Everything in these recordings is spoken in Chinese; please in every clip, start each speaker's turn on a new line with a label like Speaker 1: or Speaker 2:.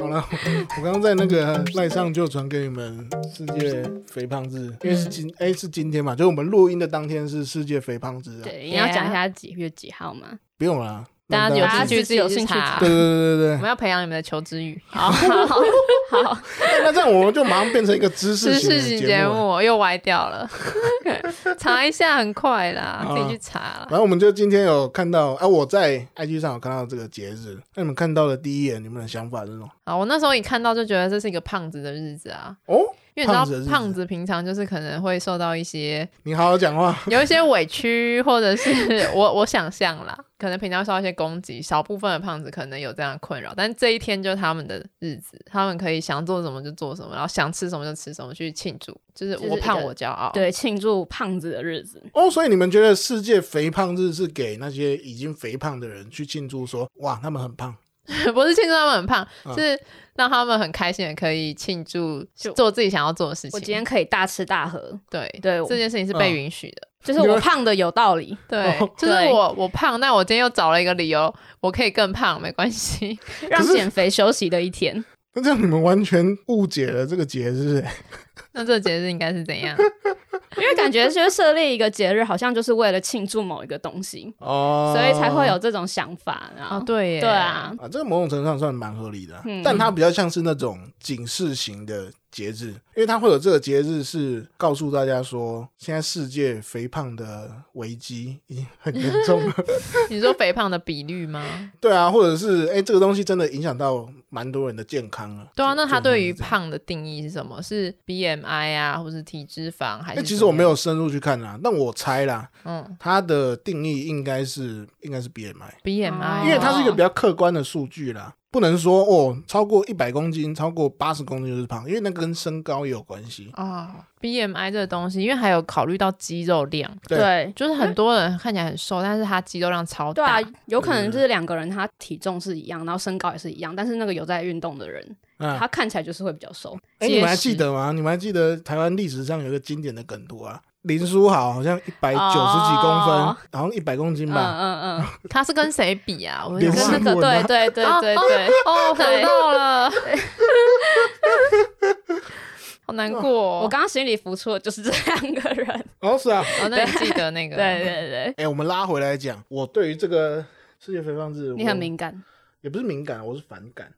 Speaker 1: 好了，我刚刚在那个赖上就传给你们世界肥胖日，因为是今哎、是今天嘛，就是我们录音的当天是世界肥胖日啊，
Speaker 2: 对，你要讲一下几月几号吗？
Speaker 1: 不用啦，
Speaker 2: 大家有
Speaker 1: 让
Speaker 2: 兴
Speaker 1: 去
Speaker 2: 趣自己有兴趣
Speaker 3: 查
Speaker 1: 对对对对
Speaker 3: 我
Speaker 1: 对，
Speaker 3: 们要培养你们的求知欲，
Speaker 2: 好好 好，
Speaker 1: 哎那这样我们就马上变成一个知
Speaker 3: 知
Speaker 1: 识型
Speaker 3: 识
Speaker 1: 的
Speaker 3: 型
Speaker 1: 节
Speaker 3: 节
Speaker 1: 目啊了。
Speaker 3: 目又歪掉 了，查一下很快啦，
Speaker 1: 好啊
Speaker 3: 自己去查啦。
Speaker 1: 然后我们就今天有看到，啊，我在 IG 上有看到这个节日，那你们看到的第一眼，你们的想法是什么？
Speaker 3: 啊，我那时候一看到就觉得这是一个胖子的日子啊，
Speaker 1: 哦，
Speaker 3: 因为你知
Speaker 1: 胖
Speaker 3: 道
Speaker 1: 子的日子
Speaker 3: 胖子平常就是可能会受到一些
Speaker 1: 你好好讲话，
Speaker 3: 有一些委屈，或者是 我我想象啦，可能平常受到一些攻击，少部分的胖子可能有这样的困扰，但这一天就是他们的日子，他们可以想做什么就做什么，然后想吃什么就吃什么，去庆祝，就是
Speaker 2: 就是
Speaker 3: 我
Speaker 2: 一
Speaker 3: 胖
Speaker 2: 个
Speaker 3: 我骄傲。
Speaker 2: 对，庆祝胖子的日子。
Speaker 1: 哦，所以你们觉得世界肥胖日是给那些已经肥胖的人去庆祝说，哇，他们很胖，
Speaker 3: 不是庆祝他们很胖，
Speaker 1: 嗯
Speaker 3: 是让他们很开心，也可以庆祝
Speaker 2: 就
Speaker 3: 做自己想要做的事情。
Speaker 2: 我今天可以大吃大喝，
Speaker 3: 对
Speaker 2: 对嗯我
Speaker 3: 这件事情是被允许的，
Speaker 2: 就是我胖的有道理。
Speaker 3: 对，就是
Speaker 2: 对
Speaker 3: 我我胖，但我今天又找了一个理由，我可以更胖，没关 系。
Speaker 2: 让
Speaker 1: 可是
Speaker 2: 减肥休息的一天，
Speaker 1: 那这样你们完全误解了这个节 日。哎
Speaker 3: 那这个节日应该是怎 样？
Speaker 2: 因为感觉就是设立一个节日，好像就是为了庆祝某一个东西，
Speaker 1: 哦，
Speaker 2: 所以才会有这种想法。然
Speaker 3: 哦
Speaker 2: 后，，
Speaker 3: 对耶，
Speaker 2: 对啊，
Speaker 1: 啊，这个某种程度上算蛮合理的啊、
Speaker 2: 嗯
Speaker 1: 但它比较像是那种警示型的节日，因为它会有这个节日是告诉大家说，现在世界肥胖的危机已经很严重 了，
Speaker 3: 你说肥胖的比率 吗？
Speaker 1: 对啊，或者是哎、这个东西真的影响到蛮多人的健康了。
Speaker 3: 对啊，那他对于
Speaker 1: 健康是这样。
Speaker 3: 胖的定义是什么？是 BMI 啊，或是体脂肪，还
Speaker 1: 哎、
Speaker 3: 是？
Speaker 1: 其实我没，有深入去看啦，但我猜啦，
Speaker 3: 嗯
Speaker 1: 它的定义应该是应该是 BMI，
Speaker 3: ，BMI，
Speaker 1: 因为它是一
Speaker 2: 哦
Speaker 1: 个比
Speaker 3: 较，
Speaker 1: 较客观的数据啦，不能说哦超过一百公斤、超过八十公斤就是胖，因为那跟身高也有关系。
Speaker 3: 哦，BMI 这个东西，因为还有考虑到肌肉量，
Speaker 1: 对
Speaker 2: 对
Speaker 3: 就是很多人看起来很瘦，但是他肌肉量超
Speaker 2: 嗯对啊
Speaker 3: 大，，嗯
Speaker 2: 有可能就是两个人他体重是一样，然后身高也是一样，但是那个有在运动的人，
Speaker 1: 嗯
Speaker 2: 他，看起来就是会比较瘦。
Speaker 1: 哎、你们还
Speaker 3: 结实
Speaker 1: 记得吗？你们还记得台湾历史上有一个经典的梗图啊？林书豪好像一百九十几公分，
Speaker 2: 哦
Speaker 1: 好像一百公斤
Speaker 2: 嗯
Speaker 1: 吧。
Speaker 2: 嗯嗯，
Speaker 3: 他是跟谁比啊？我
Speaker 1: 脸
Speaker 3: 想
Speaker 2: 跟
Speaker 1: 书
Speaker 3: 说
Speaker 2: 那个
Speaker 1: 文啊
Speaker 2: 对对 对对对，
Speaker 3: 哦，想
Speaker 2: 对
Speaker 3: 到了，好难过哦。
Speaker 2: 我刚刚心里浮出的就是这两个人。
Speaker 1: 哦，是啊。
Speaker 3: 哦，那你记得那个？
Speaker 2: 对对对，
Speaker 1: 哎、我们拉回来讲，我对于这个世界肥胖日，
Speaker 2: 你
Speaker 1: 我
Speaker 2: 很敏感，
Speaker 1: 也不是敏感，我是反感。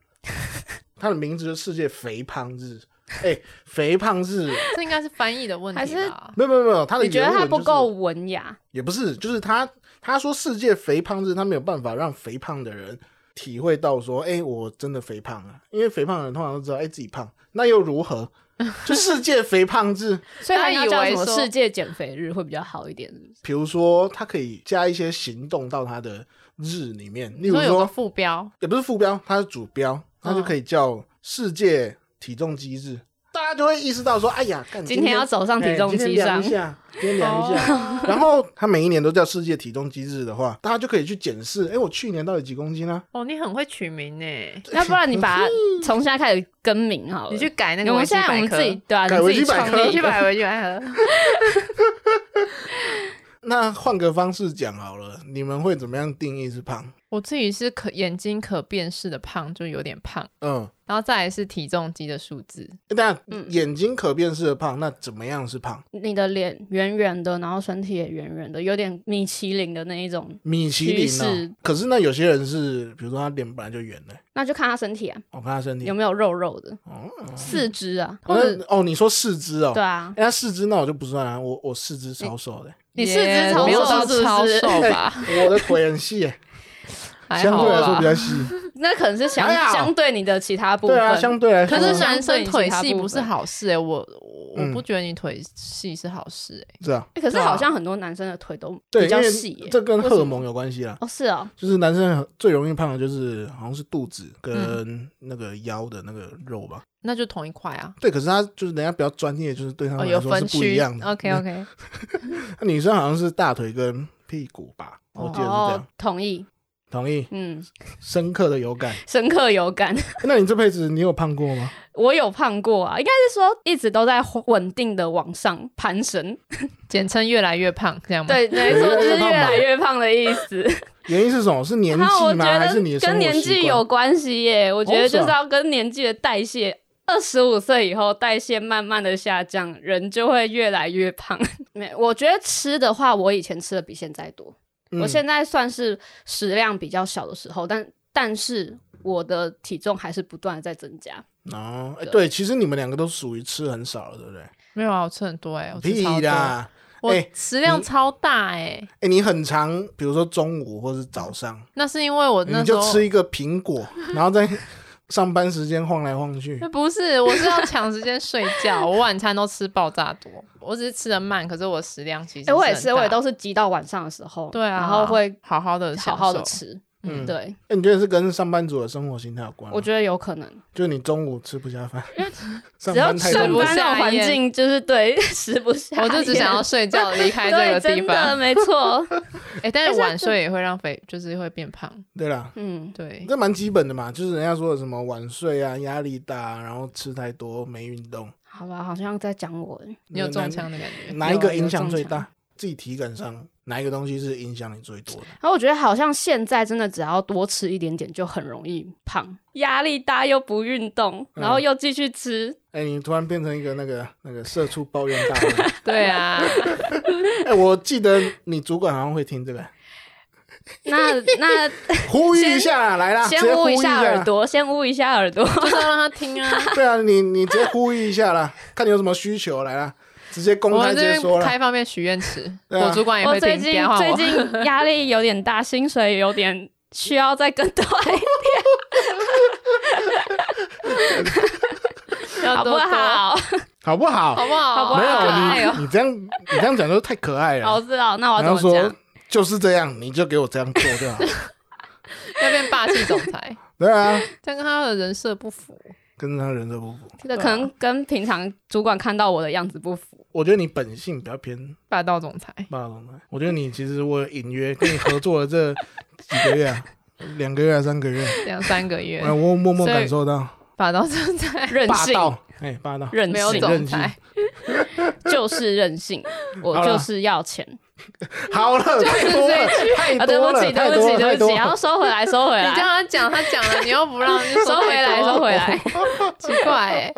Speaker 1: 它的名字就是世界肥胖日。哎、肥胖日，
Speaker 3: 这应该是翻译的问
Speaker 2: 还
Speaker 3: 题
Speaker 2: 是
Speaker 3: 吧？
Speaker 1: 没有没有没有，它的
Speaker 2: 你觉得
Speaker 1: 原
Speaker 2: 他
Speaker 1: 文
Speaker 2: 不
Speaker 1: 就是
Speaker 2: 够文雅？
Speaker 1: 也不是，就是他他说世界肥胖日，他没有办法让肥胖的人体会到说，哎、我真的肥胖了、因为肥胖的人通常都知道，哎、自己胖，那又如何？ 就世界肥胖日，
Speaker 2: 所以
Speaker 3: 他
Speaker 2: 他
Speaker 3: 以
Speaker 2: 要叫
Speaker 3: 为
Speaker 2: 什么
Speaker 3: 说
Speaker 2: 世界减肥日会比较好一点，是不是
Speaker 1: 比如说他可以加一些行动到他的日里面，例
Speaker 3: 你
Speaker 1: 如
Speaker 3: 说有个
Speaker 1: 说
Speaker 3: 副标，
Speaker 1: 也不是副标，它是主标，它
Speaker 2: 嗯
Speaker 1: 就可以叫世界体重机制。大家就会意识到说，哎呀，干
Speaker 2: 今天要走上体重机上哦
Speaker 1: 哎今天量一下，今天
Speaker 3: 哦
Speaker 1: 量一下。然后他每一年都叫世界体重机制的话，大家就可以去检视，哎，我去年到底几公斤啊？
Speaker 3: 哦，你很会取名 呢，
Speaker 2: 要不然 你把它从现在开始更名好了。
Speaker 3: 你去改那个
Speaker 2: 我
Speaker 3: 维
Speaker 2: 们
Speaker 3: 基
Speaker 2: 现在我
Speaker 3: 百
Speaker 2: 们
Speaker 3: 科
Speaker 2: 自己 对啊，
Speaker 1: 改
Speaker 2: 你
Speaker 1: 维
Speaker 2: 自
Speaker 1: 基
Speaker 2: 己
Speaker 1: 百
Speaker 2: 创
Speaker 1: 科
Speaker 2: 立
Speaker 3: 维
Speaker 2: 一
Speaker 3: 基
Speaker 2: 个
Speaker 3: 百维基百科，
Speaker 1: 那换个方式讲好了，你们会怎么样定义是胖？
Speaker 3: 我自己是可眼睛可辨识的胖，就有点胖，
Speaker 1: 嗯，
Speaker 3: 然后再来是体重机的数字，
Speaker 1: 诶等一下、
Speaker 2: 嗯
Speaker 1: 眼睛可辨识的胖，那怎么样是胖？
Speaker 2: 你的脸圆圆的，然后身体也圆圆的，有点米其林的那一种，
Speaker 1: 米其林呢、
Speaker 2: 趋势
Speaker 1: 可是那有些人是，比如说他脸本来就圆的，
Speaker 2: 那就看他身体啊，
Speaker 1: 我看他身体
Speaker 2: 有没有肉肉的，
Speaker 1: 哦，
Speaker 2: 四肢啊，
Speaker 1: 哦
Speaker 2: 或者
Speaker 1: 那哦，你说四肢哦，
Speaker 2: 对啊，
Speaker 1: 哎，那四肢那我就不算啊，我我四肢超瘦的，
Speaker 2: 你四肢
Speaker 3: 也
Speaker 2: 超
Speaker 3: 没有
Speaker 2: 瘦
Speaker 3: 到
Speaker 2: 是不是
Speaker 3: 超瘦吧？
Speaker 1: 我的腿很细耶，
Speaker 3: 还
Speaker 1: 相
Speaker 3: 好
Speaker 1: 对来说比
Speaker 3: 吧。
Speaker 1: 较细。
Speaker 2: 那可能是相
Speaker 1: 还好
Speaker 2: 相对你的其他部
Speaker 1: 对
Speaker 2: 分。
Speaker 1: 啊，相对来说
Speaker 3: 可
Speaker 1: 啊，
Speaker 3: 是
Speaker 2: 相
Speaker 3: 男生
Speaker 2: 对
Speaker 3: 腿
Speaker 2: 其他
Speaker 3: 细
Speaker 2: 部分
Speaker 3: 不是好事哎、我我
Speaker 1: 嗯
Speaker 3: 我不觉得你腿细是好事哎、
Speaker 1: 是啊，
Speaker 2: 欸可是
Speaker 1: 对啊
Speaker 2: 好像很多男生的腿都
Speaker 1: 对，
Speaker 2: 比较
Speaker 1: 因为
Speaker 2: 细耶、
Speaker 1: 这跟
Speaker 2: 为
Speaker 1: 荷
Speaker 2: 什
Speaker 1: 尔
Speaker 2: 么
Speaker 1: 蒙有关系啊。
Speaker 2: 哦，是哦，
Speaker 1: 就是男生很最容易胖的就是好像是肚子跟
Speaker 2: 嗯
Speaker 1: 那个腰的那个肉吧。
Speaker 3: 那就同一块啊。
Speaker 1: 对，可是他就是人家比较专业，就是对他
Speaker 3: 哦，
Speaker 1: 们
Speaker 3: 有
Speaker 1: 来说是
Speaker 3: 分
Speaker 1: 不一
Speaker 3: 区
Speaker 1: 样的。
Speaker 3: OK OK，
Speaker 2: 哦
Speaker 1: 那女生好像是大腿跟屁股吧，我记得是这样。
Speaker 2: 哦，同意。
Speaker 1: 同意，
Speaker 2: 嗯，
Speaker 1: 深刻的有感。
Speaker 2: 深刻有感。
Speaker 1: 那你这辈子你有胖过吗？
Speaker 2: 我有胖过啊，应该是说一直都在稳定的往上攀升。
Speaker 3: 简称越来越胖这样吗？，
Speaker 2: 对，没错，就是越来越胖的意思。
Speaker 1: 原因是什么？是年
Speaker 2: 然后啊我
Speaker 1: 纪
Speaker 2: 觉
Speaker 1: 吗？还是你的
Speaker 2: 得
Speaker 1: 生活
Speaker 2: 跟年
Speaker 1: 习
Speaker 2: 纪
Speaker 1: 惯
Speaker 2: 有？关系耶，我觉
Speaker 1: 哦
Speaker 2: 得
Speaker 1: 是
Speaker 2: 就
Speaker 1: 啊
Speaker 2: 是要跟年纪的代谢。二十五岁以后，代谢慢慢的下降，人就会越来越胖。 没，我觉得吃的话，我以前吃的比现在多。
Speaker 1: 嗯
Speaker 2: 我现在算是食量比较小的时候，但但是我的体重还是不断的在增加。
Speaker 1: 哦，哎对，其实你们两个都属于吃很少了，对不对？
Speaker 3: 没有啊，我吃很多哎、我吃
Speaker 1: 屁
Speaker 3: 超多，
Speaker 1: 啦！
Speaker 3: 我
Speaker 1: 哎
Speaker 3: 食量
Speaker 1: 你
Speaker 3: 超大哎、
Speaker 1: 哎，你很常，比如说中午或是早上，
Speaker 3: 那是因为我那
Speaker 1: 你
Speaker 3: 时
Speaker 1: 就
Speaker 3: 候
Speaker 1: 吃一个苹果，然后在 上班时间晃来晃去。
Speaker 3: 不是，我是要抢时间睡觉。我晚餐都吃爆炸多，我只是吃的慢，可是我食量其实
Speaker 2: 哎、我也
Speaker 3: 很
Speaker 2: 是，
Speaker 3: 大
Speaker 2: 我也都是挤到晚上的时候，
Speaker 3: 对啊，
Speaker 2: 然后会
Speaker 3: 好好的
Speaker 2: 好好的吃。
Speaker 1: 嗯，
Speaker 2: 对，
Speaker 1: 哎，你觉得是跟上班族的生活形态有关吗？
Speaker 2: 我觉得有可能，
Speaker 1: 就是你中午吃不下饭，上
Speaker 2: 只要
Speaker 1: 班
Speaker 2: 上
Speaker 1: 太
Speaker 3: 吃
Speaker 2: 班
Speaker 1: 多
Speaker 3: 不
Speaker 1: 了
Speaker 3: 下
Speaker 2: 的环
Speaker 3: 咽
Speaker 2: 境就是 对食不下咽，
Speaker 3: 我就只 想要睡觉，离开这
Speaker 2: 对，
Speaker 3: 个地
Speaker 2: 真的
Speaker 3: 方。
Speaker 2: 没错，
Speaker 3: 哎、但是晚睡也会让肥，就是会变胖。
Speaker 1: 对啦，
Speaker 2: 嗯，
Speaker 3: 对，
Speaker 1: 这蛮基本的嘛，就是人家说的什么晚睡啊、压力大啊、然后吃太多、没运动，
Speaker 2: 好吧，好像在讲我欸，
Speaker 3: 你有
Speaker 1: 哪
Speaker 3: 中枪的感觉。
Speaker 1: 哪一
Speaker 2: 有啊
Speaker 1: 个
Speaker 2: 有
Speaker 1: 影响
Speaker 2: 中
Speaker 1: 最
Speaker 2: 枪
Speaker 1: 大？自己体感上哪一个东西是影响你最多的？
Speaker 2: 然后我觉得好像现在真的只要多吃一点点就很容易胖，压力大又不运动，然后
Speaker 1: 嗯
Speaker 2: 又继续吃，
Speaker 1: 哎、你突然变成一个那个那个社畜抱怨大 会。
Speaker 3: 对啊，
Speaker 1: 哎、我记得你主管好像会听这个，
Speaker 2: 那那
Speaker 1: 呼吁一下啦，来啦，直接
Speaker 2: 先捂
Speaker 1: 一
Speaker 2: 下耳。朵，先捂一下耳朵，
Speaker 3: 就是要让他听啊。
Speaker 1: 对啊，你你直接呼吁一下啦， 看你有什么需求来啦，直接 公
Speaker 3: 我
Speaker 1: 开
Speaker 3: 们
Speaker 1: 直
Speaker 3: 这
Speaker 1: 接说
Speaker 3: 边
Speaker 1: 啦。
Speaker 3: 开放面许愿池，
Speaker 1: 对啊
Speaker 3: 我主管也
Speaker 2: 我
Speaker 3: 会
Speaker 2: 最
Speaker 3: 听。
Speaker 2: 近
Speaker 3: 别换
Speaker 2: 最
Speaker 3: 我。
Speaker 2: 近压力有点大， 薪水有点需要再更多一点，
Speaker 3: 要
Speaker 2: 好不
Speaker 3: 多多
Speaker 2: 好？
Speaker 1: 好不好？
Speaker 3: 好不好？哎
Speaker 2: 好不好
Speaker 1: 没
Speaker 2: 可
Speaker 1: 有
Speaker 2: 爱
Speaker 1: 你、你这样你这样讲就太可爱
Speaker 2: 好，我
Speaker 1: 了。
Speaker 2: 知道，那我
Speaker 1: 然
Speaker 2: 要
Speaker 1: 后
Speaker 2: 怎么
Speaker 1: 说
Speaker 2: 讲？
Speaker 1: 就是这样，你就给我这样做 就好。
Speaker 3: 要变霸气总裁，
Speaker 1: 对啊，
Speaker 3: 这样跟他的人设不符。
Speaker 1: 跟他人设不符。
Speaker 2: 这个可能跟平常主管看到我的样子不符。
Speaker 1: 我觉得你本性比较偏
Speaker 3: 霸道总裁，
Speaker 1: 霸总的。我觉得你其实我有隐约跟你合作了这几个月、 啊，两个月、啊、三个月，
Speaker 3: 两三个月，
Speaker 1: 哎我默默
Speaker 3: 所以
Speaker 1: 感受到
Speaker 3: 霸道总裁，
Speaker 2: 任
Speaker 1: 霸
Speaker 2: 性，
Speaker 1: 道，哎，霸道。
Speaker 2: 任
Speaker 3: 没有
Speaker 2: 性
Speaker 1: 走任
Speaker 3: 总
Speaker 1: 性
Speaker 3: 裁，
Speaker 2: 就是任 性，我
Speaker 1: 好了
Speaker 2: 就是要钱
Speaker 1: 好 了，太多了，太
Speaker 2: 啊！对
Speaker 1: 多
Speaker 2: 不
Speaker 1: 了，
Speaker 2: 起，
Speaker 1: 太
Speaker 2: 对不
Speaker 1: 多
Speaker 2: 起，
Speaker 1: 了，太
Speaker 2: 对不
Speaker 1: 多
Speaker 2: 起，然后
Speaker 1: 了。
Speaker 2: 收回来，收回
Speaker 3: 你叫
Speaker 2: 来，
Speaker 3: 他讲，他讲了，你又不让， 你就
Speaker 2: 收回来，收回，来。
Speaker 3: 奇怪欸，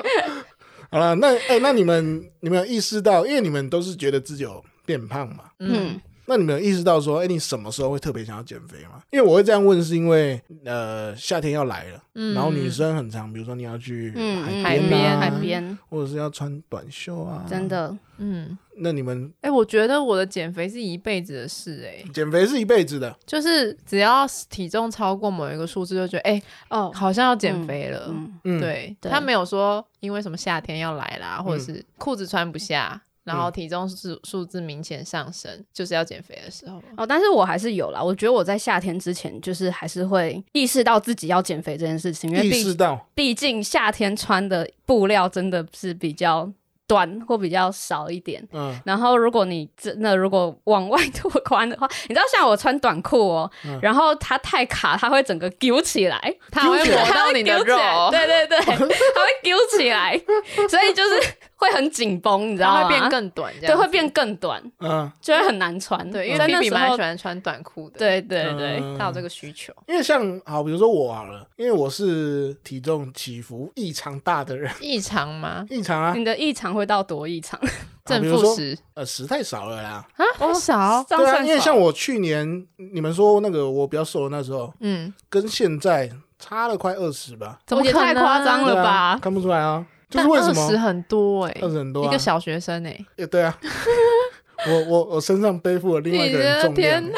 Speaker 1: 好了，那哎、那你们你们有意识到，因为你们都是觉得自己有变胖嘛？
Speaker 3: 嗯，
Speaker 2: 嗯，
Speaker 1: 那你们有意识到说，哎、你什么时候会特别想要减肥吗？因为我会这样问，是因为呃，夏天要来了，
Speaker 3: 嗯
Speaker 1: 然后女生很长，比如说你要去
Speaker 2: 嗯嗯
Speaker 1: 海边、啊、
Speaker 2: 海，边
Speaker 1: 或者是要穿短袖啊，
Speaker 2: 真。的，
Speaker 3: 嗯，
Speaker 1: 那你们
Speaker 3: 哎，我觉得我的减肥是一辈子的事，哎，
Speaker 1: 减肥是一辈子的，
Speaker 3: 就是只要体重超过某一个数字，就觉得哎，
Speaker 2: 哦，
Speaker 3: 好像要减肥了。
Speaker 2: 嗯，
Speaker 1: 嗯，，
Speaker 3: 对
Speaker 2: 对
Speaker 3: 他没有说因为什么夏天要来啦，
Speaker 1: 嗯
Speaker 3: 或者是裤子穿不下，然后体重数数字明显上升，就是要减肥的时候。
Speaker 2: 哦，但是我还是有啦。我觉得我在夏天之前，就是还是会意识到自己要减肥这件事情，因为
Speaker 1: 意
Speaker 2: 毕
Speaker 1: 识到
Speaker 2: 毕竟夏天穿的布料真的是比较短或比较少一点。
Speaker 1: 嗯，
Speaker 2: 然后，如果你真的如果往外拓宽的话，你知道像我穿短裤哦，
Speaker 1: 嗯
Speaker 2: 然后它太卡，它会整个揪起来，
Speaker 3: 它会磨到你的
Speaker 2: 它会揪起来
Speaker 3: 肉哦
Speaker 2: 对对对，它会揪起来，所以就是会很紧绷，你知道
Speaker 3: 它
Speaker 2: 吗？
Speaker 3: 会
Speaker 1: 啊
Speaker 3: 变更短，这
Speaker 2: 对，
Speaker 3: 样
Speaker 2: 会变更短，
Speaker 1: 嗯，
Speaker 2: 就会很难穿。
Speaker 3: 对，因
Speaker 2: 在
Speaker 3: 为
Speaker 2: 那
Speaker 3: B B
Speaker 2: 时
Speaker 3: 蛮
Speaker 2: 候
Speaker 3: 喜，欢穿短裤的，，
Speaker 2: 对对对，
Speaker 1: 嗯
Speaker 3: 他有这个需求。
Speaker 1: 因为像好，比如说我好了，因为我是体重起伏异常大的人，
Speaker 3: 异常吗？
Speaker 1: 异常啊，
Speaker 2: 你的异常会到多异常？
Speaker 1: 啊
Speaker 3: 正
Speaker 1: 比如
Speaker 3: 负
Speaker 1: 说
Speaker 3: 十
Speaker 1: 呃，十太少了啦。
Speaker 3: 啊，很少。
Speaker 2: 这样
Speaker 1: 对啊，
Speaker 2: 算
Speaker 1: 因为
Speaker 2: 少
Speaker 1: 像我去年你们说那个我比较瘦的那时候，
Speaker 3: 嗯，
Speaker 1: 跟现在差了快二十吧，
Speaker 3: 怎么
Speaker 2: 也
Speaker 3: 可能
Speaker 2: 太夸张了
Speaker 1: 对
Speaker 2: 吧
Speaker 1: 啊？看不出来啊，就
Speaker 3: 但
Speaker 1: 是为什
Speaker 3: 20
Speaker 1: 么
Speaker 3: 很多哎，
Speaker 1: 二十很多、啊？
Speaker 3: 一个小学生哎，
Speaker 1: 也对啊， 我我我身上背负了另外一个人
Speaker 3: 的
Speaker 1: 重量
Speaker 3: 天。哪！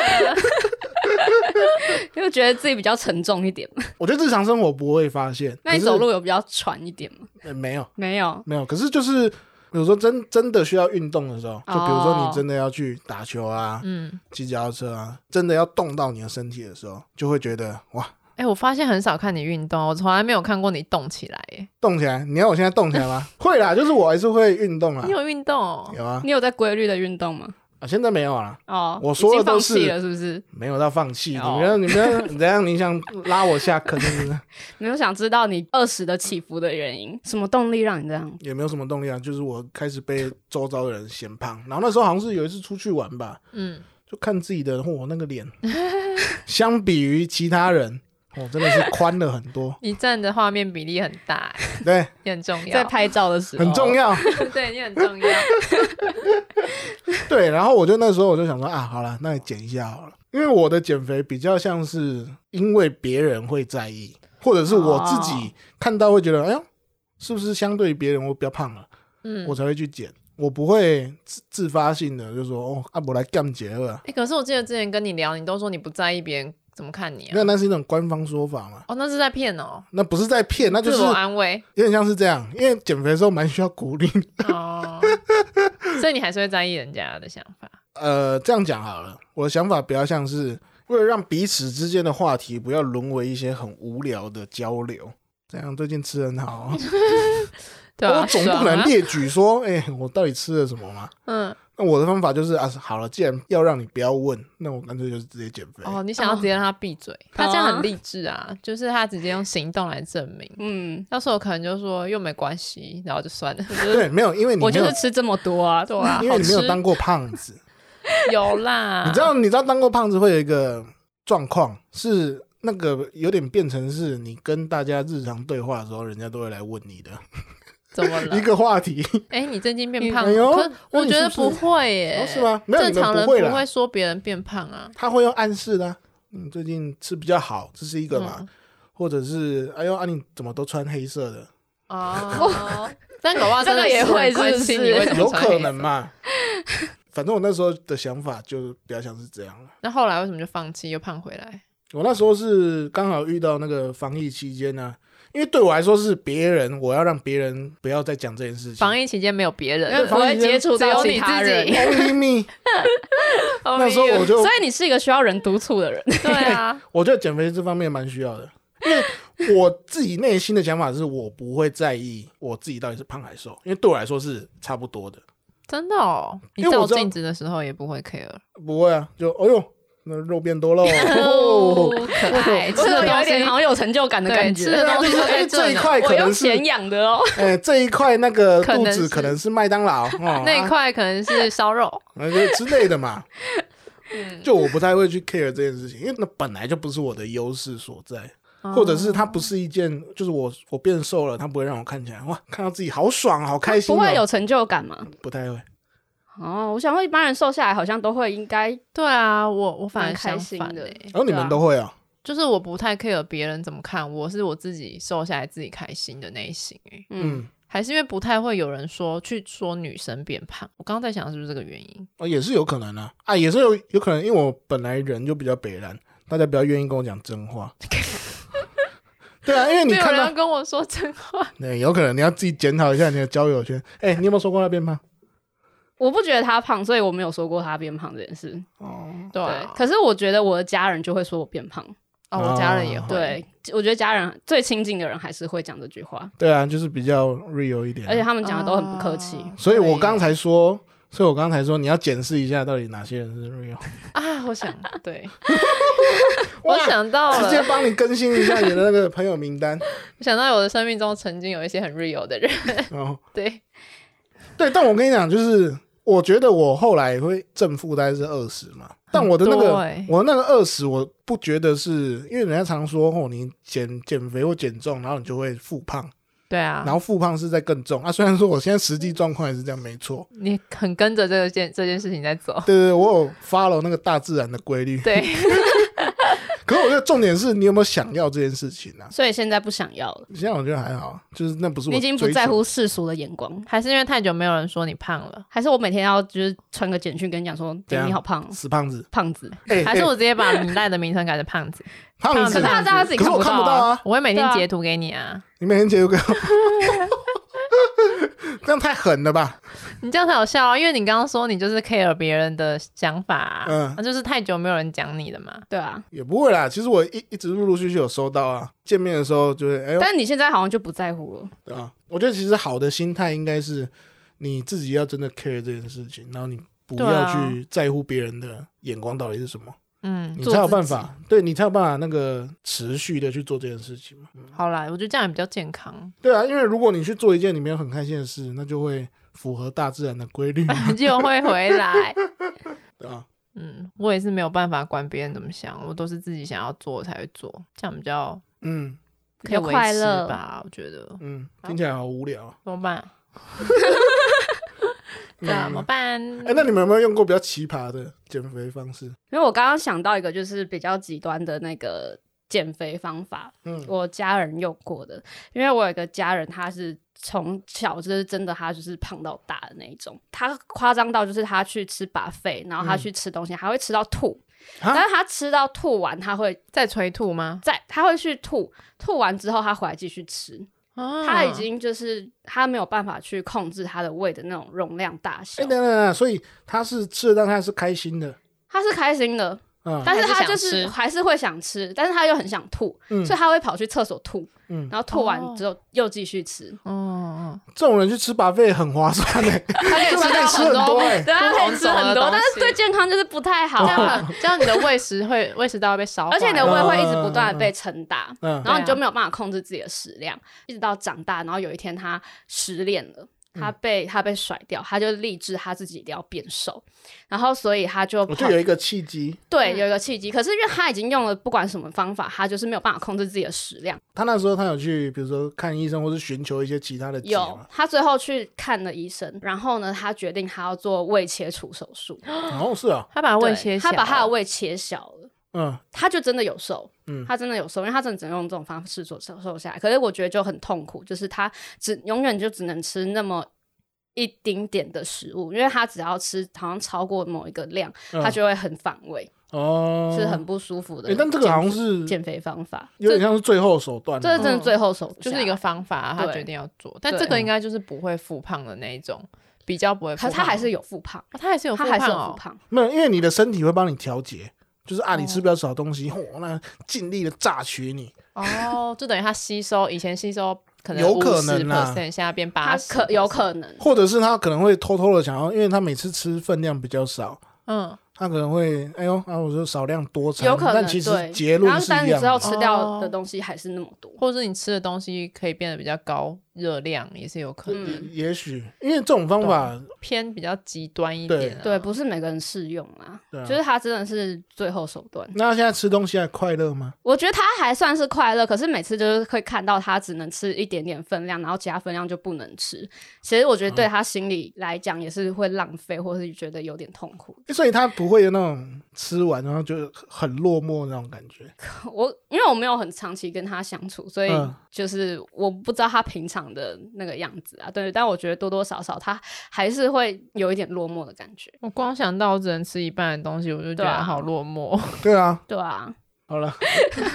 Speaker 2: 因为觉得自己比较沉重一点嘛。
Speaker 1: 我觉得日常生活不会发现，
Speaker 2: 那你
Speaker 1: 可是
Speaker 2: 走、路有比较喘一点吗？
Speaker 1: 呃没有
Speaker 2: 没有，
Speaker 1: 没有，可是就是比如说真真的需要运动的时候，就比如说
Speaker 2: 哦
Speaker 1: 你真的要去打球啊、
Speaker 3: 嗯，
Speaker 1: 骑脚踏车啊，真的要动到你的身体的时候，就会觉得哇，
Speaker 3: 哎，我发现很少看你运动，我从来没有看过你动起来哎。
Speaker 1: 动起来！你要我现 在动起来吗？会啦，就是我还是会运动啦
Speaker 3: 你。有运动哦？
Speaker 1: 有啊，
Speaker 2: 你有在规律的运动吗？
Speaker 1: 啊，现在没有啊，
Speaker 2: 哦，
Speaker 1: 我说的
Speaker 3: 已经
Speaker 1: 都
Speaker 3: 放
Speaker 1: 是
Speaker 3: 弃了，是不是？
Speaker 1: 没有到放弃。你
Speaker 3: 哦
Speaker 1: 不要，你不要， 你怎样？你想拉我下坑是不是？
Speaker 2: 没有想知道你二十的起伏的原因，什么动力让你这样？
Speaker 1: 也没有什么动力啊，就是我开始被周遭的人嫌胖，然后那时候好像是有一次出去玩吧，
Speaker 3: 嗯，
Speaker 1: 就看自己的，我那个脸，相比于其他人，我真的是宽了很 多，
Speaker 3: 你站的画面比例很大、欸，
Speaker 1: 对，
Speaker 3: 也很重要，
Speaker 2: 在拍照的时候
Speaker 1: 很重，要，
Speaker 3: 对你很 重要。
Speaker 1: 对。然后我就那时候我就想说啊，好了，那你减一下好了，因为我的减肥比较像是因为别人会在意，或者是我自己看到会觉得，哎呦，是不是相对于别人我比较胖了，
Speaker 3: 嗯，
Speaker 1: 我才会去减。我不会自自发性的就说哦，啊，我来干结了，
Speaker 3: 哎、可是我记得之前跟你聊，你都说你不在意别人怎么看你
Speaker 1: 那
Speaker 3: 啊？
Speaker 1: 那是一种官方说法嘛，
Speaker 3: 哦，那是在骗哦，
Speaker 1: 那不是在骗，那就是
Speaker 3: 自我啊安慰
Speaker 1: 有点像是这样，因为减肥的时候蛮需要鼓励。
Speaker 3: 哦，所以你还是会在意人家的想法。
Speaker 1: 呃，这样讲好了，我的想法比较像是为了让彼此之间的话题不要沦为一些很无聊的交流。这样最近吃得很 好哦，
Speaker 3: 对啊，
Speaker 1: 我总
Speaker 3: 爽
Speaker 1: 不能
Speaker 3: 啊
Speaker 1: 列举说， 哎、我到底吃了什么嘛？
Speaker 3: 嗯，
Speaker 1: 那我的方法就是啊，好了，既然要让你不要问，那我干脆就是直接减肥。
Speaker 3: 哦，你想要直接让他闭嘴，
Speaker 1: 哦
Speaker 3: 他这样很励志啊，就是他直接用行动来证明。
Speaker 2: 嗯，
Speaker 3: 到时候可能就说又没关系，然后就算了。
Speaker 1: 对，没有，因为你
Speaker 2: 我
Speaker 1: 没
Speaker 2: 就
Speaker 1: 有
Speaker 2: 是，吃这么多啊，
Speaker 3: 对啊，
Speaker 1: 因为
Speaker 3: 好
Speaker 1: 你
Speaker 3: 吃
Speaker 1: 没有当过胖 子，
Speaker 3: 有啦，
Speaker 1: 你知道，你知道当过胖子会有一个状况是。那个有点变成是你跟大家日常对话的时候，人家都会来问你的
Speaker 3: 怎么
Speaker 1: 一
Speaker 3: 了？
Speaker 1: 个话 题，
Speaker 3: 哎、你最近变胖
Speaker 1: 哎
Speaker 3: 了？
Speaker 1: 呦
Speaker 3: 可是
Speaker 1: 那
Speaker 3: 我
Speaker 1: 你
Speaker 3: 觉得
Speaker 1: 是不
Speaker 3: 不
Speaker 1: 是
Speaker 3: 会耶、
Speaker 1: 哦是吗没有
Speaker 3: 呃
Speaker 1: 你
Speaker 3: 正
Speaker 1: 们
Speaker 3: 常
Speaker 1: 不
Speaker 3: 人
Speaker 1: 会啦
Speaker 3: 不会说别人变胖啊。
Speaker 1: 他会用暗示的啊、你最近吃比较好，这是一个嘛？
Speaker 3: 嗯
Speaker 1: 或者是哎呦啊，你怎么都穿黑色的？
Speaker 3: 哦，但搞不好
Speaker 2: 这个
Speaker 3: 真的
Speaker 2: 也
Speaker 3: 是很
Speaker 2: 会
Speaker 3: 关
Speaker 2: 是不
Speaker 3: 心
Speaker 2: 是
Speaker 3: 你为什
Speaker 1: 有
Speaker 3: 么穿黑
Speaker 1: 可
Speaker 3: 色
Speaker 1: 能。嘛？反正我那时候的想法就比较像是这样了。
Speaker 3: 那后来为什么就放弃又胖回来？
Speaker 1: 我那时候是刚好遇到那个防疫期间呢、啊因为对我来说是别人，我要让别人不要再讲这件事情。
Speaker 3: 防疫期间没有别人，
Speaker 2: 不会接触到
Speaker 3: 只有
Speaker 2: 其
Speaker 3: 你
Speaker 2: 他
Speaker 3: 自
Speaker 2: 人
Speaker 3: 己。
Speaker 1: Only me，那时候我就
Speaker 2: 所以你是一个需要人督促的人，
Speaker 3: 对啊，
Speaker 1: 我觉得减肥这方面蛮需要的，因为我自己内心的想法是我不会在意我自己到底是胖还是瘦，因为对我来说是差不多的。
Speaker 3: 真的哦。你
Speaker 1: 因为
Speaker 3: 照
Speaker 1: 我知道
Speaker 3: 镜子的时候也不会 care，
Speaker 1: 不会啊，就哎呦，那肉变多了、哦。
Speaker 3: 可爱，哎吃
Speaker 2: 哎吃
Speaker 3: 的
Speaker 2: 的有
Speaker 3: 东
Speaker 2: 一点好
Speaker 3: 西
Speaker 2: 像有成就感的
Speaker 3: 对
Speaker 2: 感
Speaker 3: 吃的
Speaker 2: 觉。
Speaker 1: 那
Speaker 3: 东
Speaker 1: 就
Speaker 3: 西
Speaker 1: 是
Speaker 3: 都在
Speaker 1: 哎，
Speaker 3: 这
Speaker 1: 这一
Speaker 3: 呢
Speaker 1: 块
Speaker 2: 我
Speaker 1: 可
Speaker 2: 用
Speaker 1: 能是，
Speaker 2: 钱养的哦，
Speaker 1: 哎，这一块那个
Speaker 3: 可
Speaker 1: 肚
Speaker 3: 能
Speaker 1: 子可
Speaker 3: 是
Speaker 1: 能是麦当劳哦，
Speaker 3: 那一
Speaker 1: 啊
Speaker 3: 块可能是烧肉，
Speaker 1: 呃就之类的 嘛。
Speaker 2: 嗯
Speaker 1: 就我不太会去 care 这件事情，因为那本来就不是我的优势所在，
Speaker 2: 哦
Speaker 1: 或者
Speaker 3: 哦
Speaker 1: 是它不是一件，就是我我变瘦了，它不会让我看起来哇，看到自己好爽好开心、
Speaker 2: 不
Speaker 1: 哦，
Speaker 2: 会有成就感吗？
Speaker 1: 不太会。
Speaker 2: 哦，我想说一般人瘦下来好像都会应该
Speaker 3: 对啊，我我反而
Speaker 2: 蛮开
Speaker 3: 相
Speaker 2: 心
Speaker 3: 反
Speaker 2: 的
Speaker 3: 欸
Speaker 1: 然后你
Speaker 2: 对啊
Speaker 1: 们都会啊？
Speaker 3: 就是我不太 care 别人怎么看我，是我自己瘦下来自己开心的那一型欸
Speaker 2: 嗯，
Speaker 1: 嗯，
Speaker 3: 还是因为不太会有人说去说女生变胖，我刚刚在想是不是这个原因？
Speaker 1: 哦，也是有可能啊，啊，也是有有可能，因为我本来人就比较北蓝，大家比较愿意跟我讲真话。 对啊，因为你
Speaker 3: 没有
Speaker 1: 看
Speaker 3: 人
Speaker 1: 到
Speaker 3: 要跟我说真 话，
Speaker 1: 对，有可能你要自己检讨一下你的交友圈。哎、你有没有说过那边胖？
Speaker 2: 我不觉得他胖，所以我没有说过他变胖这件事。
Speaker 1: 哦，
Speaker 3: 对啊
Speaker 2: 可是我觉得我的家人就会说我变胖。
Speaker 3: 哦，我家人也
Speaker 1: 哦
Speaker 3: 会，
Speaker 2: 啊对，我觉得家人最亲近的人还是会讲这句话，
Speaker 1: 对啊，就是比较 real 一点啊。
Speaker 2: 而且他们讲的都很不客气。
Speaker 3: 哦
Speaker 1: 所以我刚才说，所以我刚才说你要检视一下到底哪些人是 real。
Speaker 3: 啊，我想 对，
Speaker 1: 哇
Speaker 3: 我想到
Speaker 1: 直接
Speaker 3: 了，
Speaker 1: 帮你更新一下你的那个朋友名 单。
Speaker 3: 我想到我的生命中曾经有一些很 real 的人，
Speaker 1: 哦，
Speaker 3: 对，
Speaker 1: 对，但我跟你讲，就是我觉得我后来会正负担是二十嘛，但我的那
Speaker 3: 很
Speaker 1: 个
Speaker 3: 多欸
Speaker 1: 我那个二十，我不觉得是因为人家常说哦，你减减肥或减重，然后你就会复胖，
Speaker 3: 对啊，
Speaker 1: 然后复胖是在更重啊。虽然说我现在实际状况也是这样，没错。
Speaker 3: 你很跟着这个件这件事情在走，
Speaker 1: 对对，对我有 follow 那个大自然的规律。
Speaker 3: 对，
Speaker 1: 可是我觉得重点是你有没有想要这件事情啊？
Speaker 2: 所以现在不想要了，
Speaker 1: 现在我觉得还好，就是那不是我
Speaker 2: 你已经不
Speaker 1: 追求
Speaker 2: 在乎世俗的眼光，
Speaker 3: 还是因为太久没有人说你胖了，
Speaker 2: 还是我每天要就是穿个简讯跟你讲说，
Speaker 1: 怎
Speaker 2: 哎
Speaker 1: 样
Speaker 2: 你好胖哦，
Speaker 1: 死胖子，
Speaker 2: 胖子。
Speaker 1: 哎、
Speaker 3: 还是
Speaker 1: 哎
Speaker 3: 我直接把你赖的名称改成 胖子，
Speaker 1: 胖
Speaker 3: 胖
Speaker 1: 子，
Speaker 3: 子
Speaker 2: 大家自己
Speaker 1: 可是我看
Speaker 2: 看
Speaker 1: 不
Speaker 2: 不
Speaker 1: 到
Speaker 2: 到
Speaker 1: 啊
Speaker 2: 啊，
Speaker 3: 我会每
Speaker 2: 对
Speaker 3: 天
Speaker 2: 啊
Speaker 3: 截图给你啊，
Speaker 1: 你每天截图给我，这样太狠了吧？
Speaker 3: 你这样才有效啊，因为你刚刚说你就是 care 别人的想法、啊，
Speaker 1: 嗯
Speaker 3: 那就是太久没有人讲你的嘛。
Speaker 2: 对啊，
Speaker 1: 也不会啦，其实我一一直陆陆续续有收到啊，见面的时候就是哎呦
Speaker 2: 但你现在好像就不在乎了。
Speaker 1: 对啊，我觉得其实好的心态应该是你自己要真的 care 这件事情，然后你不
Speaker 3: 对
Speaker 1: 要
Speaker 3: 啊
Speaker 1: 去在乎别人的眼光到底是什么，
Speaker 3: 嗯，
Speaker 1: 你
Speaker 2: 做
Speaker 1: 才有
Speaker 2: 自
Speaker 1: 办
Speaker 2: 己
Speaker 1: 法，对你才有办法那个持续的去做这件事情嘛。
Speaker 3: 好啦，我觉得这样也比较健康，
Speaker 1: 对啊，因为如果你去做一件你没有很开心的事，那就会符合大自然的规律 嘛，
Speaker 3: 就会回 来。
Speaker 1: 对吧？
Speaker 3: 嗯，我也是没有办法管别人怎么想，我都是自己想要做才会做，这样比较
Speaker 1: 嗯
Speaker 2: 比
Speaker 3: 可以
Speaker 2: 较
Speaker 3: 维
Speaker 2: 快
Speaker 3: 持
Speaker 2: 乐
Speaker 3: 吧？我觉得
Speaker 1: 嗯，听起来好无聊啊。
Speaker 3: 怎么办？
Speaker 1: 嗯
Speaker 2: 啊
Speaker 3: 怎么办？
Speaker 1: 哎、那你们有没有用过比较奇葩的减肥方式？
Speaker 2: 因为我刚刚想到一个就是比较极端的那个减肥方法，
Speaker 1: 嗯
Speaker 2: 我家人用过的，因为我有一个家人，他是从小就是真的，他就是胖到大的那一种，他夸张到就是他去吃把费，然后他
Speaker 1: 嗯
Speaker 2: 去吃东西，还会吃到吐，
Speaker 1: 啊
Speaker 2: 但是他吃到吐完，他会
Speaker 3: 在催吐吗？
Speaker 2: 再他会去吐，吐完之后他回来继续吃，
Speaker 3: 啊
Speaker 2: 他已经就是他没有办法去控制他的胃的那种容量大小
Speaker 1: 哎、等，等等等，所以他是吃的当下是开心的
Speaker 2: 他是开心的，
Speaker 1: 啊，
Speaker 2: 但是
Speaker 3: 哦还是
Speaker 2: 他
Speaker 3: 想
Speaker 2: 就是
Speaker 3: 吃
Speaker 2: 还是会想吃，但是他又很想吐，
Speaker 1: 嗯
Speaker 2: 所以他会跑去厕所吐，
Speaker 1: 嗯
Speaker 2: 然后吐完
Speaker 3: 哦
Speaker 2: 之后又继续 吃，
Speaker 3: 嗯，
Speaker 1: 这种人去吃把费很划算的、
Speaker 3: 他可以
Speaker 1: 他可以吃很多哎、
Speaker 2: 对，他可以吃很
Speaker 3: 不同种的东
Speaker 2: 多，
Speaker 3: 西哦
Speaker 2: 但是对健康就是不太好
Speaker 3: 这样
Speaker 2: 啊，
Speaker 3: 很这样你的胃食会胃食道会被烧坏，
Speaker 2: 而且你的
Speaker 1: 嗯
Speaker 2: 胃会一直不断的被撑大，
Speaker 1: 嗯
Speaker 2: 然后你
Speaker 3: 对啊
Speaker 2: 就没有办法控制自己的食量，
Speaker 3: 啊
Speaker 2: 一直到长大，然后有一天他失恋了。
Speaker 3: 嗯
Speaker 2: 他被他被甩掉，他就立志他自己一定要变瘦，然后所以他就
Speaker 3: 哦
Speaker 1: 我
Speaker 2: 跑
Speaker 1: 就有一个契机，
Speaker 2: 对
Speaker 3: 嗯
Speaker 2: 有一个契机，可是因为他已经用了不管什么方法，他就是没有办法控制自己的食量。
Speaker 1: 他那时候他有去，比如说看医生，或是寻求一些其他的解
Speaker 2: 有
Speaker 1: 嘛，，
Speaker 2: 他最后去看了医生，然后呢，他决定他要做胃切除手术，
Speaker 1: 然后是啊，
Speaker 3: 他把胃
Speaker 2: 对
Speaker 3: 切小哦
Speaker 2: 他
Speaker 3: 了，
Speaker 2: 把他的胃切小了。
Speaker 1: 嗯
Speaker 2: 他就真的有瘦，
Speaker 1: 嗯
Speaker 2: 他真的有瘦，因为他真的只能用这种方式做瘦瘦下来。可是我觉得就很痛苦，就是他只永远就只能吃那么一丁点的食物，因为他只要吃好像超过某一个量，
Speaker 1: 嗯
Speaker 2: 他就会很反胃，
Speaker 1: 哦，
Speaker 2: 是很不舒服的
Speaker 1: 欸
Speaker 2: 减。
Speaker 1: 但这个好像是
Speaker 2: 减肥方法，
Speaker 1: 有点
Speaker 2: 这
Speaker 1: 像是最后手段啊，
Speaker 2: 这是真的
Speaker 3: 嗯
Speaker 2: 最后手下
Speaker 3: 就是一个。方法，他
Speaker 2: 对
Speaker 3: 决定要做，但
Speaker 2: 对嗯
Speaker 3: 这个应该就是不会复胖的那一种，比较不会复
Speaker 2: 可
Speaker 3: 胖。
Speaker 2: 是他还是有复胖，
Speaker 3: 哦他还是有复
Speaker 2: 他还是
Speaker 3: 胖
Speaker 2: 有复
Speaker 3: 哦，
Speaker 2: 胖，
Speaker 1: 没有，因为你的身体会帮你调节，就是啊，
Speaker 3: 哦
Speaker 1: 你吃不了少东西， 我那尽力的榨取你，
Speaker 3: 哦，就等于他吸收以前吸收可能
Speaker 1: 有可能啦
Speaker 3: 啦，现在变八
Speaker 2: 他
Speaker 3: 十，
Speaker 2: 可有可能
Speaker 1: 或者是他可能会偷偷的想要，因为他每次吃分量比较少，
Speaker 3: 嗯，
Speaker 1: 他可能会哎呦，啊，我说少量多餐，
Speaker 2: 有可能
Speaker 1: 但其
Speaker 2: 对
Speaker 1: 实结
Speaker 2: 然
Speaker 1: 论
Speaker 2: 后
Speaker 1: 是
Speaker 2: 但
Speaker 1: 一
Speaker 2: 你
Speaker 1: 样
Speaker 2: 之后
Speaker 1: 的，
Speaker 2: 吃掉的东西还是那么多，
Speaker 3: 或者是你吃的东西可以变得比较高热量，也是有可能、
Speaker 2: 嗯
Speaker 1: 也许因为这种方法，
Speaker 3: 偏比较极端一点、啊，
Speaker 2: 对，不是每个人适用啊，
Speaker 1: 对啊
Speaker 2: 就是他真的是最后手段。
Speaker 1: 那他现在吃东西还快乐吗？
Speaker 2: 我觉得他还算是快乐，可是每次就是会看到他只能吃一点点分量，然后其他分量就不能吃。其实我觉
Speaker 1: 嗯
Speaker 2: 得对他心里来讲也是会浪费，或是觉得有点痛苦。
Speaker 1: 所以他不会有那种吃完然后就很落寞那种感 觉。
Speaker 2: 我因为我没有很长期跟他相处，所以
Speaker 1: 嗯
Speaker 2: 就是我不知道他平常的那个样子啊。对，但我觉得多多少少他还是会有一点落寞的感觉。
Speaker 3: 我光想到我只能吃一半的东西，我就觉
Speaker 2: 对啊
Speaker 3: 得好落寞。
Speaker 1: 对啊，
Speaker 2: 对啊，
Speaker 1: 好了，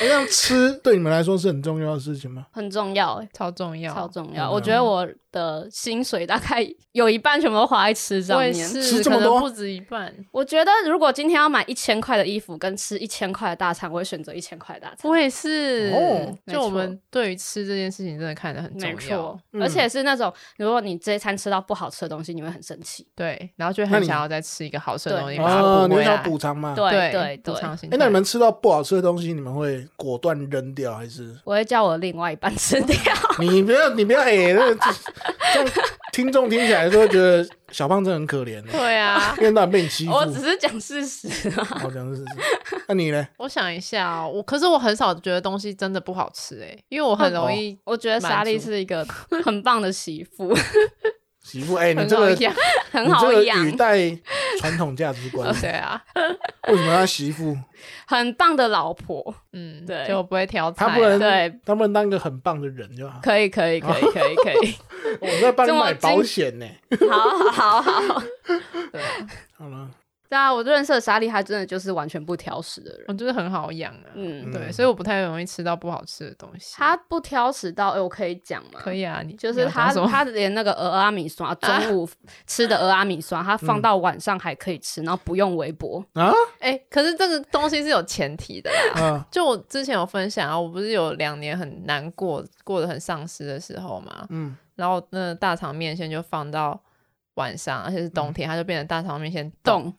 Speaker 1: 那像吃对你们来说是很重要的事情吗？
Speaker 2: 很重要、欸。
Speaker 3: 超重要，
Speaker 2: 超重
Speaker 1: 嗯
Speaker 2: 啊要，我觉得我的薪水大概 有一半全部都花在吃上
Speaker 3: 我也
Speaker 2: 面。
Speaker 1: 吃
Speaker 3: 是，
Speaker 1: 这
Speaker 3: 可
Speaker 1: 么多
Speaker 3: 能不止一半。
Speaker 2: 我觉得如果今天要买一千块的衣服跟吃一千块的大餐，我会选择一千块的大餐。
Speaker 3: 我也是，
Speaker 1: 哦
Speaker 2: 没
Speaker 3: 就
Speaker 2: 错
Speaker 3: 我们对于吃这件事情真的看得很重
Speaker 2: 没
Speaker 3: 要
Speaker 2: 错，，
Speaker 1: 嗯
Speaker 2: 而且是那种如果你这一餐吃到不好吃的东西，你会很生气。
Speaker 3: 对，然后就
Speaker 1: 那
Speaker 3: 很
Speaker 1: 你
Speaker 3: 想要再吃一个好吃的
Speaker 2: 对
Speaker 3: 东西，把
Speaker 1: 啊，
Speaker 3: 它
Speaker 1: 你
Speaker 3: 补
Speaker 1: 们
Speaker 3: 回
Speaker 1: 想
Speaker 3: 来
Speaker 1: 要。补偿吗？
Speaker 2: 对啊
Speaker 3: 对
Speaker 2: 对对
Speaker 3: 补，偿心
Speaker 1: 哎、
Speaker 3: 态。
Speaker 1: 那你们吃到不好吃的东西，你们会果断扔掉，还 是
Speaker 2: 我会叫我另外一半吃掉。
Speaker 1: 你不要你不要哎、那这这样听众听起来就会觉得小胖真的很可怜、欸，
Speaker 3: 对啊，
Speaker 1: 一天到晚被你欺负。
Speaker 2: 我只是讲事实啊，
Speaker 1: 好讲的是，那你呢？
Speaker 3: 我想一下哦，我可是我很少觉得东西真的不好吃哎，因为我很容易
Speaker 2: 我觉得莎莉是一个很棒的媳妇，
Speaker 1: 媳妇，哎、你
Speaker 3: 很
Speaker 1: 这
Speaker 3: 容
Speaker 1: 个
Speaker 3: 易养。，
Speaker 2: 很
Speaker 1: 你
Speaker 2: 好
Speaker 1: 这个
Speaker 2: 养
Speaker 1: 语，带传统价值观
Speaker 3: 对啊，
Speaker 1: 为什么要媳妇？
Speaker 2: 很棒的老婆。
Speaker 3: 嗯，
Speaker 2: 对
Speaker 3: 就我不会挑菜啊。
Speaker 1: 他不 能
Speaker 2: 对，
Speaker 1: 他们当一个很棒的人就好。
Speaker 2: 可以，可以，可以，可以，可以。
Speaker 1: 我在帮你
Speaker 2: 这么
Speaker 1: 买
Speaker 2: 精
Speaker 1: 保险呢、
Speaker 2: 好 好好。
Speaker 3: 对啊，
Speaker 1: 好了，
Speaker 2: 对啊，我认识的莎莉，她真的就是完全不挑食的人。
Speaker 3: 我就是很好养啊。
Speaker 2: 嗯，
Speaker 3: 对，
Speaker 1: 嗯
Speaker 3: 所以我不太容易吃到不好吃的东西。
Speaker 2: 她不挑食到，哎、我可以讲吗？
Speaker 3: 可以啊， 你
Speaker 2: 就
Speaker 3: 你
Speaker 2: 是
Speaker 3: 要
Speaker 2: 她
Speaker 3: 讲什么
Speaker 2: 她连那个俄阿米刷，中 午吃的俄阿米刷，她
Speaker 3: 嗯
Speaker 2: 放到晚上还可以吃，然后不用微波。
Speaker 1: 啊
Speaker 3: 哎、可是这个东西是有前提的啦。
Speaker 1: 啊，
Speaker 3: 就我之前有分享啊，我不是有两年很难 过，过得很丧失的时候嘛，
Speaker 1: 嗯
Speaker 3: 然后那大肠面线就放到晚上，而且是
Speaker 2: 嗯
Speaker 3: 冬天，它就变成大肠面线冻，
Speaker 2: 懂？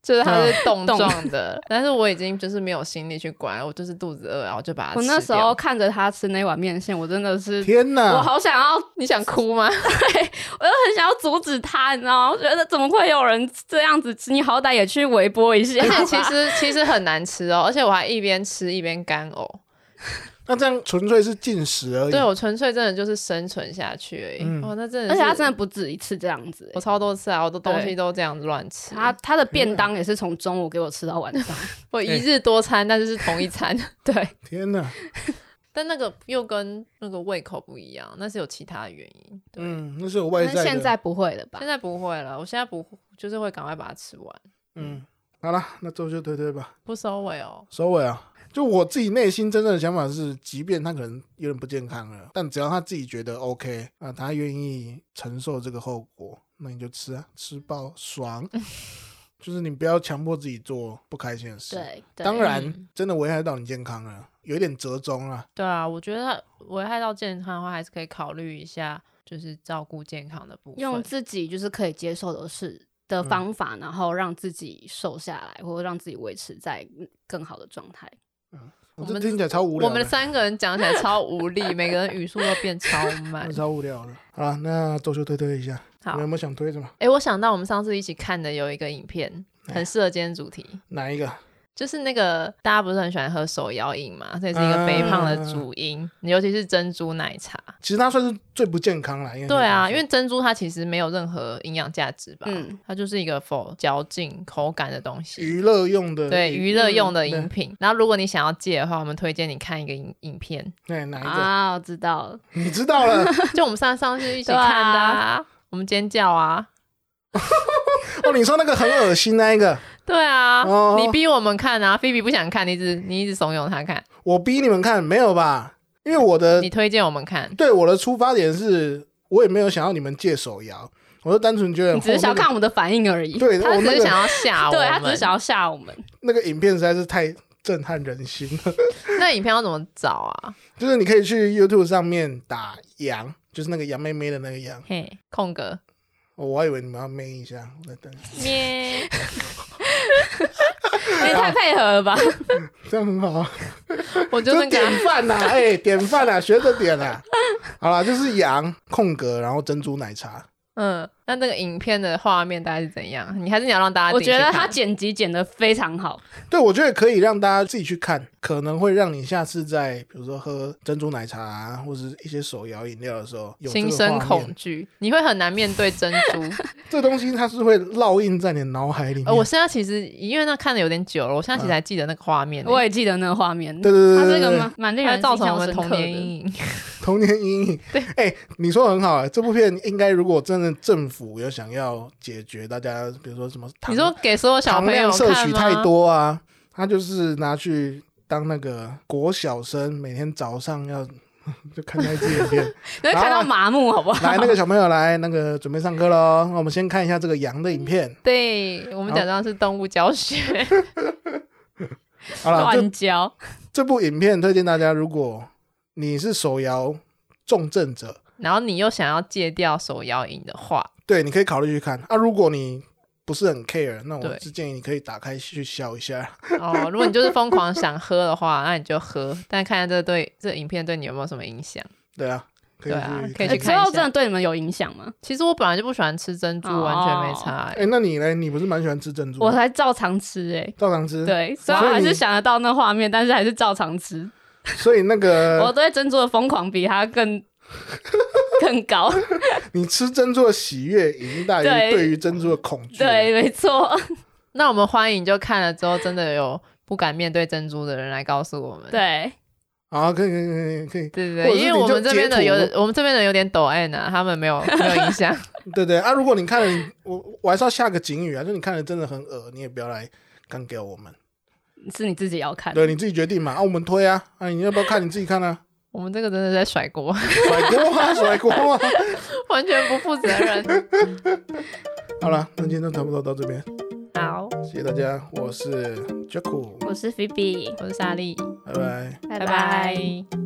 Speaker 3: 就是它是冻
Speaker 2: 嗯冻
Speaker 3: 状的。但是我已经就是没有心力去管了，我就是肚子饿，然后就把它
Speaker 2: 我
Speaker 3: 吃
Speaker 2: 那时
Speaker 3: 掉 啊
Speaker 2: 候看着他吃那碗面线，我真的是。
Speaker 1: 天
Speaker 2: 我
Speaker 1: 哪！
Speaker 2: 好想要，我
Speaker 3: 你想哭 吗？
Speaker 2: 就很想要阻止他，你知道吗？我觉得怎么会有人这样子吃？你好歹也去微波一下
Speaker 3: 而
Speaker 2: 吧。
Speaker 3: 且其实其实很难吃哦，而且我还一边吃一边干呕。
Speaker 1: 那这样纯粹是进食而已。
Speaker 3: 对我纯粹真的就是生存下去而已。
Speaker 1: 嗯
Speaker 3: 哇，那真的是，
Speaker 2: 而且他真的不止一次这样子、
Speaker 3: 我啊超多次啊，我的东西
Speaker 2: 对
Speaker 3: 都这样子乱吃。
Speaker 2: 他他的便当也是从中午给我吃到晚上，
Speaker 3: 我一日多餐，但是是同一 餐。对，
Speaker 1: 天哪！
Speaker 3: 但那个又跟那个胃口不一样，那是有其他原因。对，
Speaker 1: 嗯，那是有外
Speaker 2: 但
Speaker 1: 在的。
Speaker 2: 现在不会了吧
Speaker 3: 现？在不会了，我现在不就是会赶快把它吃完，
Speaker 1: 嗯，好了，那周就推推吧，
Speaker 3: 不收尾哦。
Speaker 1: 收尾啊。就我自己内心真正的想法是，即便他可能有点不健康了，但只要他自己觉得 OK 啊，他愿意承受这个后果，那你就吃啊，吃爆 爽。就是你不要强迫自己做不开心的事。，
Speaker 2: 对，对
Speaker 1: 当然
Speaker 3: 嗯
Speaker 1: 真的危害到你健康啊了，有一点折中啊。
Speaker 3: 对啊，我觉得危害到健康的话，还是可以考虑一下，就是照顾健康的部分。
Speaker 2: 用自己就是可以接受的事
Speaker 1: 嗯
Speaker 2: 的方法，然后让自己瘦下来，或者让自己维持在更好的状态。
Speaker 1: 我
Speaker 3: 我
Speaker 1: 这
Speaker 3: 们
Speaker 1: 听起来超无聊
Speaker 3: 我们的三个人讲起来超无力， 每个人语速都变超 慢
Speaker 1: 那。超无聊的。好了，那周就推推一下，你
Speaker 3: 好哎
Speaker 1: 们，有没有想推的嘛？
Speaker 3: 诶，我想到我们上次一起看的有一个影片，
Speaker 1: 哎
Speaker 3: 很适合今天主题，
Speaker 1: 哪一个？
Speaker 3: 就是那个大家不是很喜欢喝手摇饮嘛，这也是一个肥胖的
Speaker 1: 嗯
Speaker 3: 主因，尤其是珍珠奶茶。
Speaker 1: 其实它算是最不健康了，应该
Speaker 3: 对啊，因
Speaker 1: 为
Speaker 3: 为珍珠它其实没有任何营养价值吧，
Speaker 2: 嗯
Speaker 3: 它就是一个否嚼劲、口感的东西。
Speaker 1: 娱乐用的
Speaker 3: 对娱乐用的
Speaker 1: 嗯
Speaker 3: 饮品，然后如果你想要戒的话，我们推荐你看一个影 影片，
Speaker 1: 哎哪一个？
Speaker 2: 啊，我知道了，
Speaker 1: 你知道了
Speaker 3: 就我们上上次一起看的、啊，我们尖叫啊，
Speaker 1: 哦？你说那个很恶心那一个，
Speaker 3: 对啊，
Speaker 1: 哦
Speaker 3: 你逼我们看啊，菲比不想看，你一直你一直怂恿他看，
Speaker 1: 我逼你们看没有吧？因为我的
Speaker 3: 你推荐我们看，
Speaker 1: 对我的出发点是，我也没有想要你们戒手摇，我就单纯觉得
Speaker 2: 你只是想要看我们的反应而已。
Speaker 1: 对
Speaker 3: 他
Speaker 1: 我
Speaker 3: 只
Speaker 1: 那
Speaker 3: 是
Speaker 1: 个
Speaker 3: 想要吓我们，
Speaker 2: 对他只是想要吓我们，
Speaker 1: 那个影片实在是太震撼人心了。
Speaker 3: 那影片要怎么找啊？
Speaker 1: 就是你可以去 YouTube 上面打“羊”，就是那个羊妹妹的那个羊。
Speaker 3: 嘿，空格
Speaker 1: 哦我还以为你们要妹一下，我在等，
Speaker 3: 咩，
Speaker 2: 也太配合了吧？
Speaker 1: 这样很好啊。
Speaker 3: 我就那
Speaker 1: 典
Speaker 3: 个
Speaker 1: 范 呐、哎、典范呐、学着点呐、好啦，就是羊空格，然后珍珠奶茶。
Speaker 3: 嗯，那那个影片的画面大概是怎样？你还是你要让大家
Speaker 2: 我
Speaker 3: 自己
Speaker 2: 觉
Speaker 3: 去
Speaker 2: 得
Speaker 3: 看
Speaker 2: 他剪辑剪的非常好，
Speaker 1: 对，我觉得可以让大家自己去看，可能会让你下次在比如说喝珍珠奶茶、啊、或者是一些手摇饮料的时候，有这
Speaker 3: 心
Speaker 1: 个
Speaker 3: 生
Speaker 1: 画
Speaker 3: 恐
Speaker 1: 面。
Speaker 3: 惧，你会很难面对珍珠。
Speaker 1: 这东西它是会烙印在你的脑海里面。
Speaker 3: 呃，我现在其实因为那看的有点久了，我现在
Speaker 1: 嗯
Speaker 3: 其实还记得那个画面、欸，
Speaker 2: 我也记得那个画面。
Speaker 1: 对对
Speaker 2: 他
Speaker 1: 对
Speaker 2: 这
Speaker 1: 对对
Speaker 2: 个
Speaker 1: 对
Speaker 2: 蛮蛮令
Speaker 3: 它
Speaker 2: 人
Speaker 3: 造
Speaker 2: 印
Speaker 3: 成我
Speaker 2: 象
Speaker 3: 们
Speaker 2: 深
Speaker 3: 童
Speaker 2: 刻
Speaker 3: 年
Speaker 2: 的。
Speaker 3: 阴影。
Speaker 1: 童年阴影。对，哎、你说的很好哎、这部片应该如果真的政府有想要解决大家，比如说什么糖，
Speaker 3: 你说给所有小
Speaker 1: 糖
Speaker 3: 朋友
Speaker 1: 量摄
Speaker 3: 看
Speaker 1: 取
Speaker 3: 吗？
Speaker 1: 太多啊，他就是拿去当那个国小生，每天早上要 就看那一支影片，
Speaker 2: 你会看到麻木，好不好？
Speaker 1: 来那个小朋友来那个准备上课喽，那我们先看一下这个羊的影片，
Speaker 3: 对我们假装是动物教学，
Speaker 1: 好了，这
Speaker 2: 乱教，
Speaker 1: 这部影片推荐大家，如果你是手摇重症者，
Speaker 3: 然后你又想要戒掉手摇饮的话，
Speaker 1: 对，你可以考虑去看啊，如果你。不是很 care，那我
Speaker 3: 对
Speaker 1: 是建议你可以打开去笑一下。
Speaker 3: 哦，如果你就是疯狂想喝的话，那你就喝，但看看这对这影片对你有没有什么影响。
Speaker 1: 对啊，可以
Speaker 3: 对啊
Speaker 1: 去
Speaker 3: 可以
Speaker 2: 哎
Speaker 1: 看
Speaker 3: 去
Speaker 2: 之
Speaker 3: 看一
Speaker 2: 后
Speaker 3: 下
Speaker 2: 真的对你们有影响吗？
Speaker 3: 其实我本来就不喜欢吃珍珠，
Speaker 2: 哦
Speaker 3: 完全没差、
Speaker 1: 哎、
Speaker 3: 欸。
Speaker 1: 那你呢？你不是蛮喜欢吃珍珠？
Speaker 2: 我才照常吃哎。
Speaker 1: 照常吃。，
Speaker 2: 对，虽然
Speaker 1: 所以
Speaker 2: 还
Speaker 1: 你
Speaker 2: 是想得到那画面，但是还是照常吃。
Speaker 1: 所以那个
Speaker 2: 我对珍珠的疯狂比他更更高。
Speaker 1: 你吃珍珠的喜悦已经大于
Speaker 2: 对
Speaker 1: 对于珍珠的恐惧。，
Speaker 2: 对，没错，
Speaker 3: 那我们欢迎就看了之后，真的有不敢面对珍珠的人来告诉我们。
Speaker 2: 对，
Speaker 1: 好，可以可以可以可以可
Speaker 3: 对对
Speaker 1: 或者
Speaker 3: 对，
Speaker 1: 是
Speaker 3: 因为我们这边的有
Speaker 1: 你就截，
Speaker 3: 我们这边的有点抖 N 啊，他 们没有没有影响。
Speaker 1: 以，对对啊！如果你看了，我我还是要下个警语啊，就你看了真的很恶，你也不要来干给我们，
Speaker 2: 是你自己要看。
Speaker 1: 对，你自己决定嘛啊，我们推啊啊，你要不要看你自己看啊，
Speaker 3: 我们这个真的在甩锅，
Speaker 1: 甩锅啊甩锅啊！
Speaker 3: 完全不负责 任。
Speaker 1: 好了，那今天就差不多到这边，
Speaker 3: 好，
Speaker 1: 谢谢大家，我是 Jack，
Speaker 2: 我是菲比，
Speaker 3: 我是莎莉，
Speaker 1: 拜拜。
Speaker 2: 拜
Speaker 3: 拜拜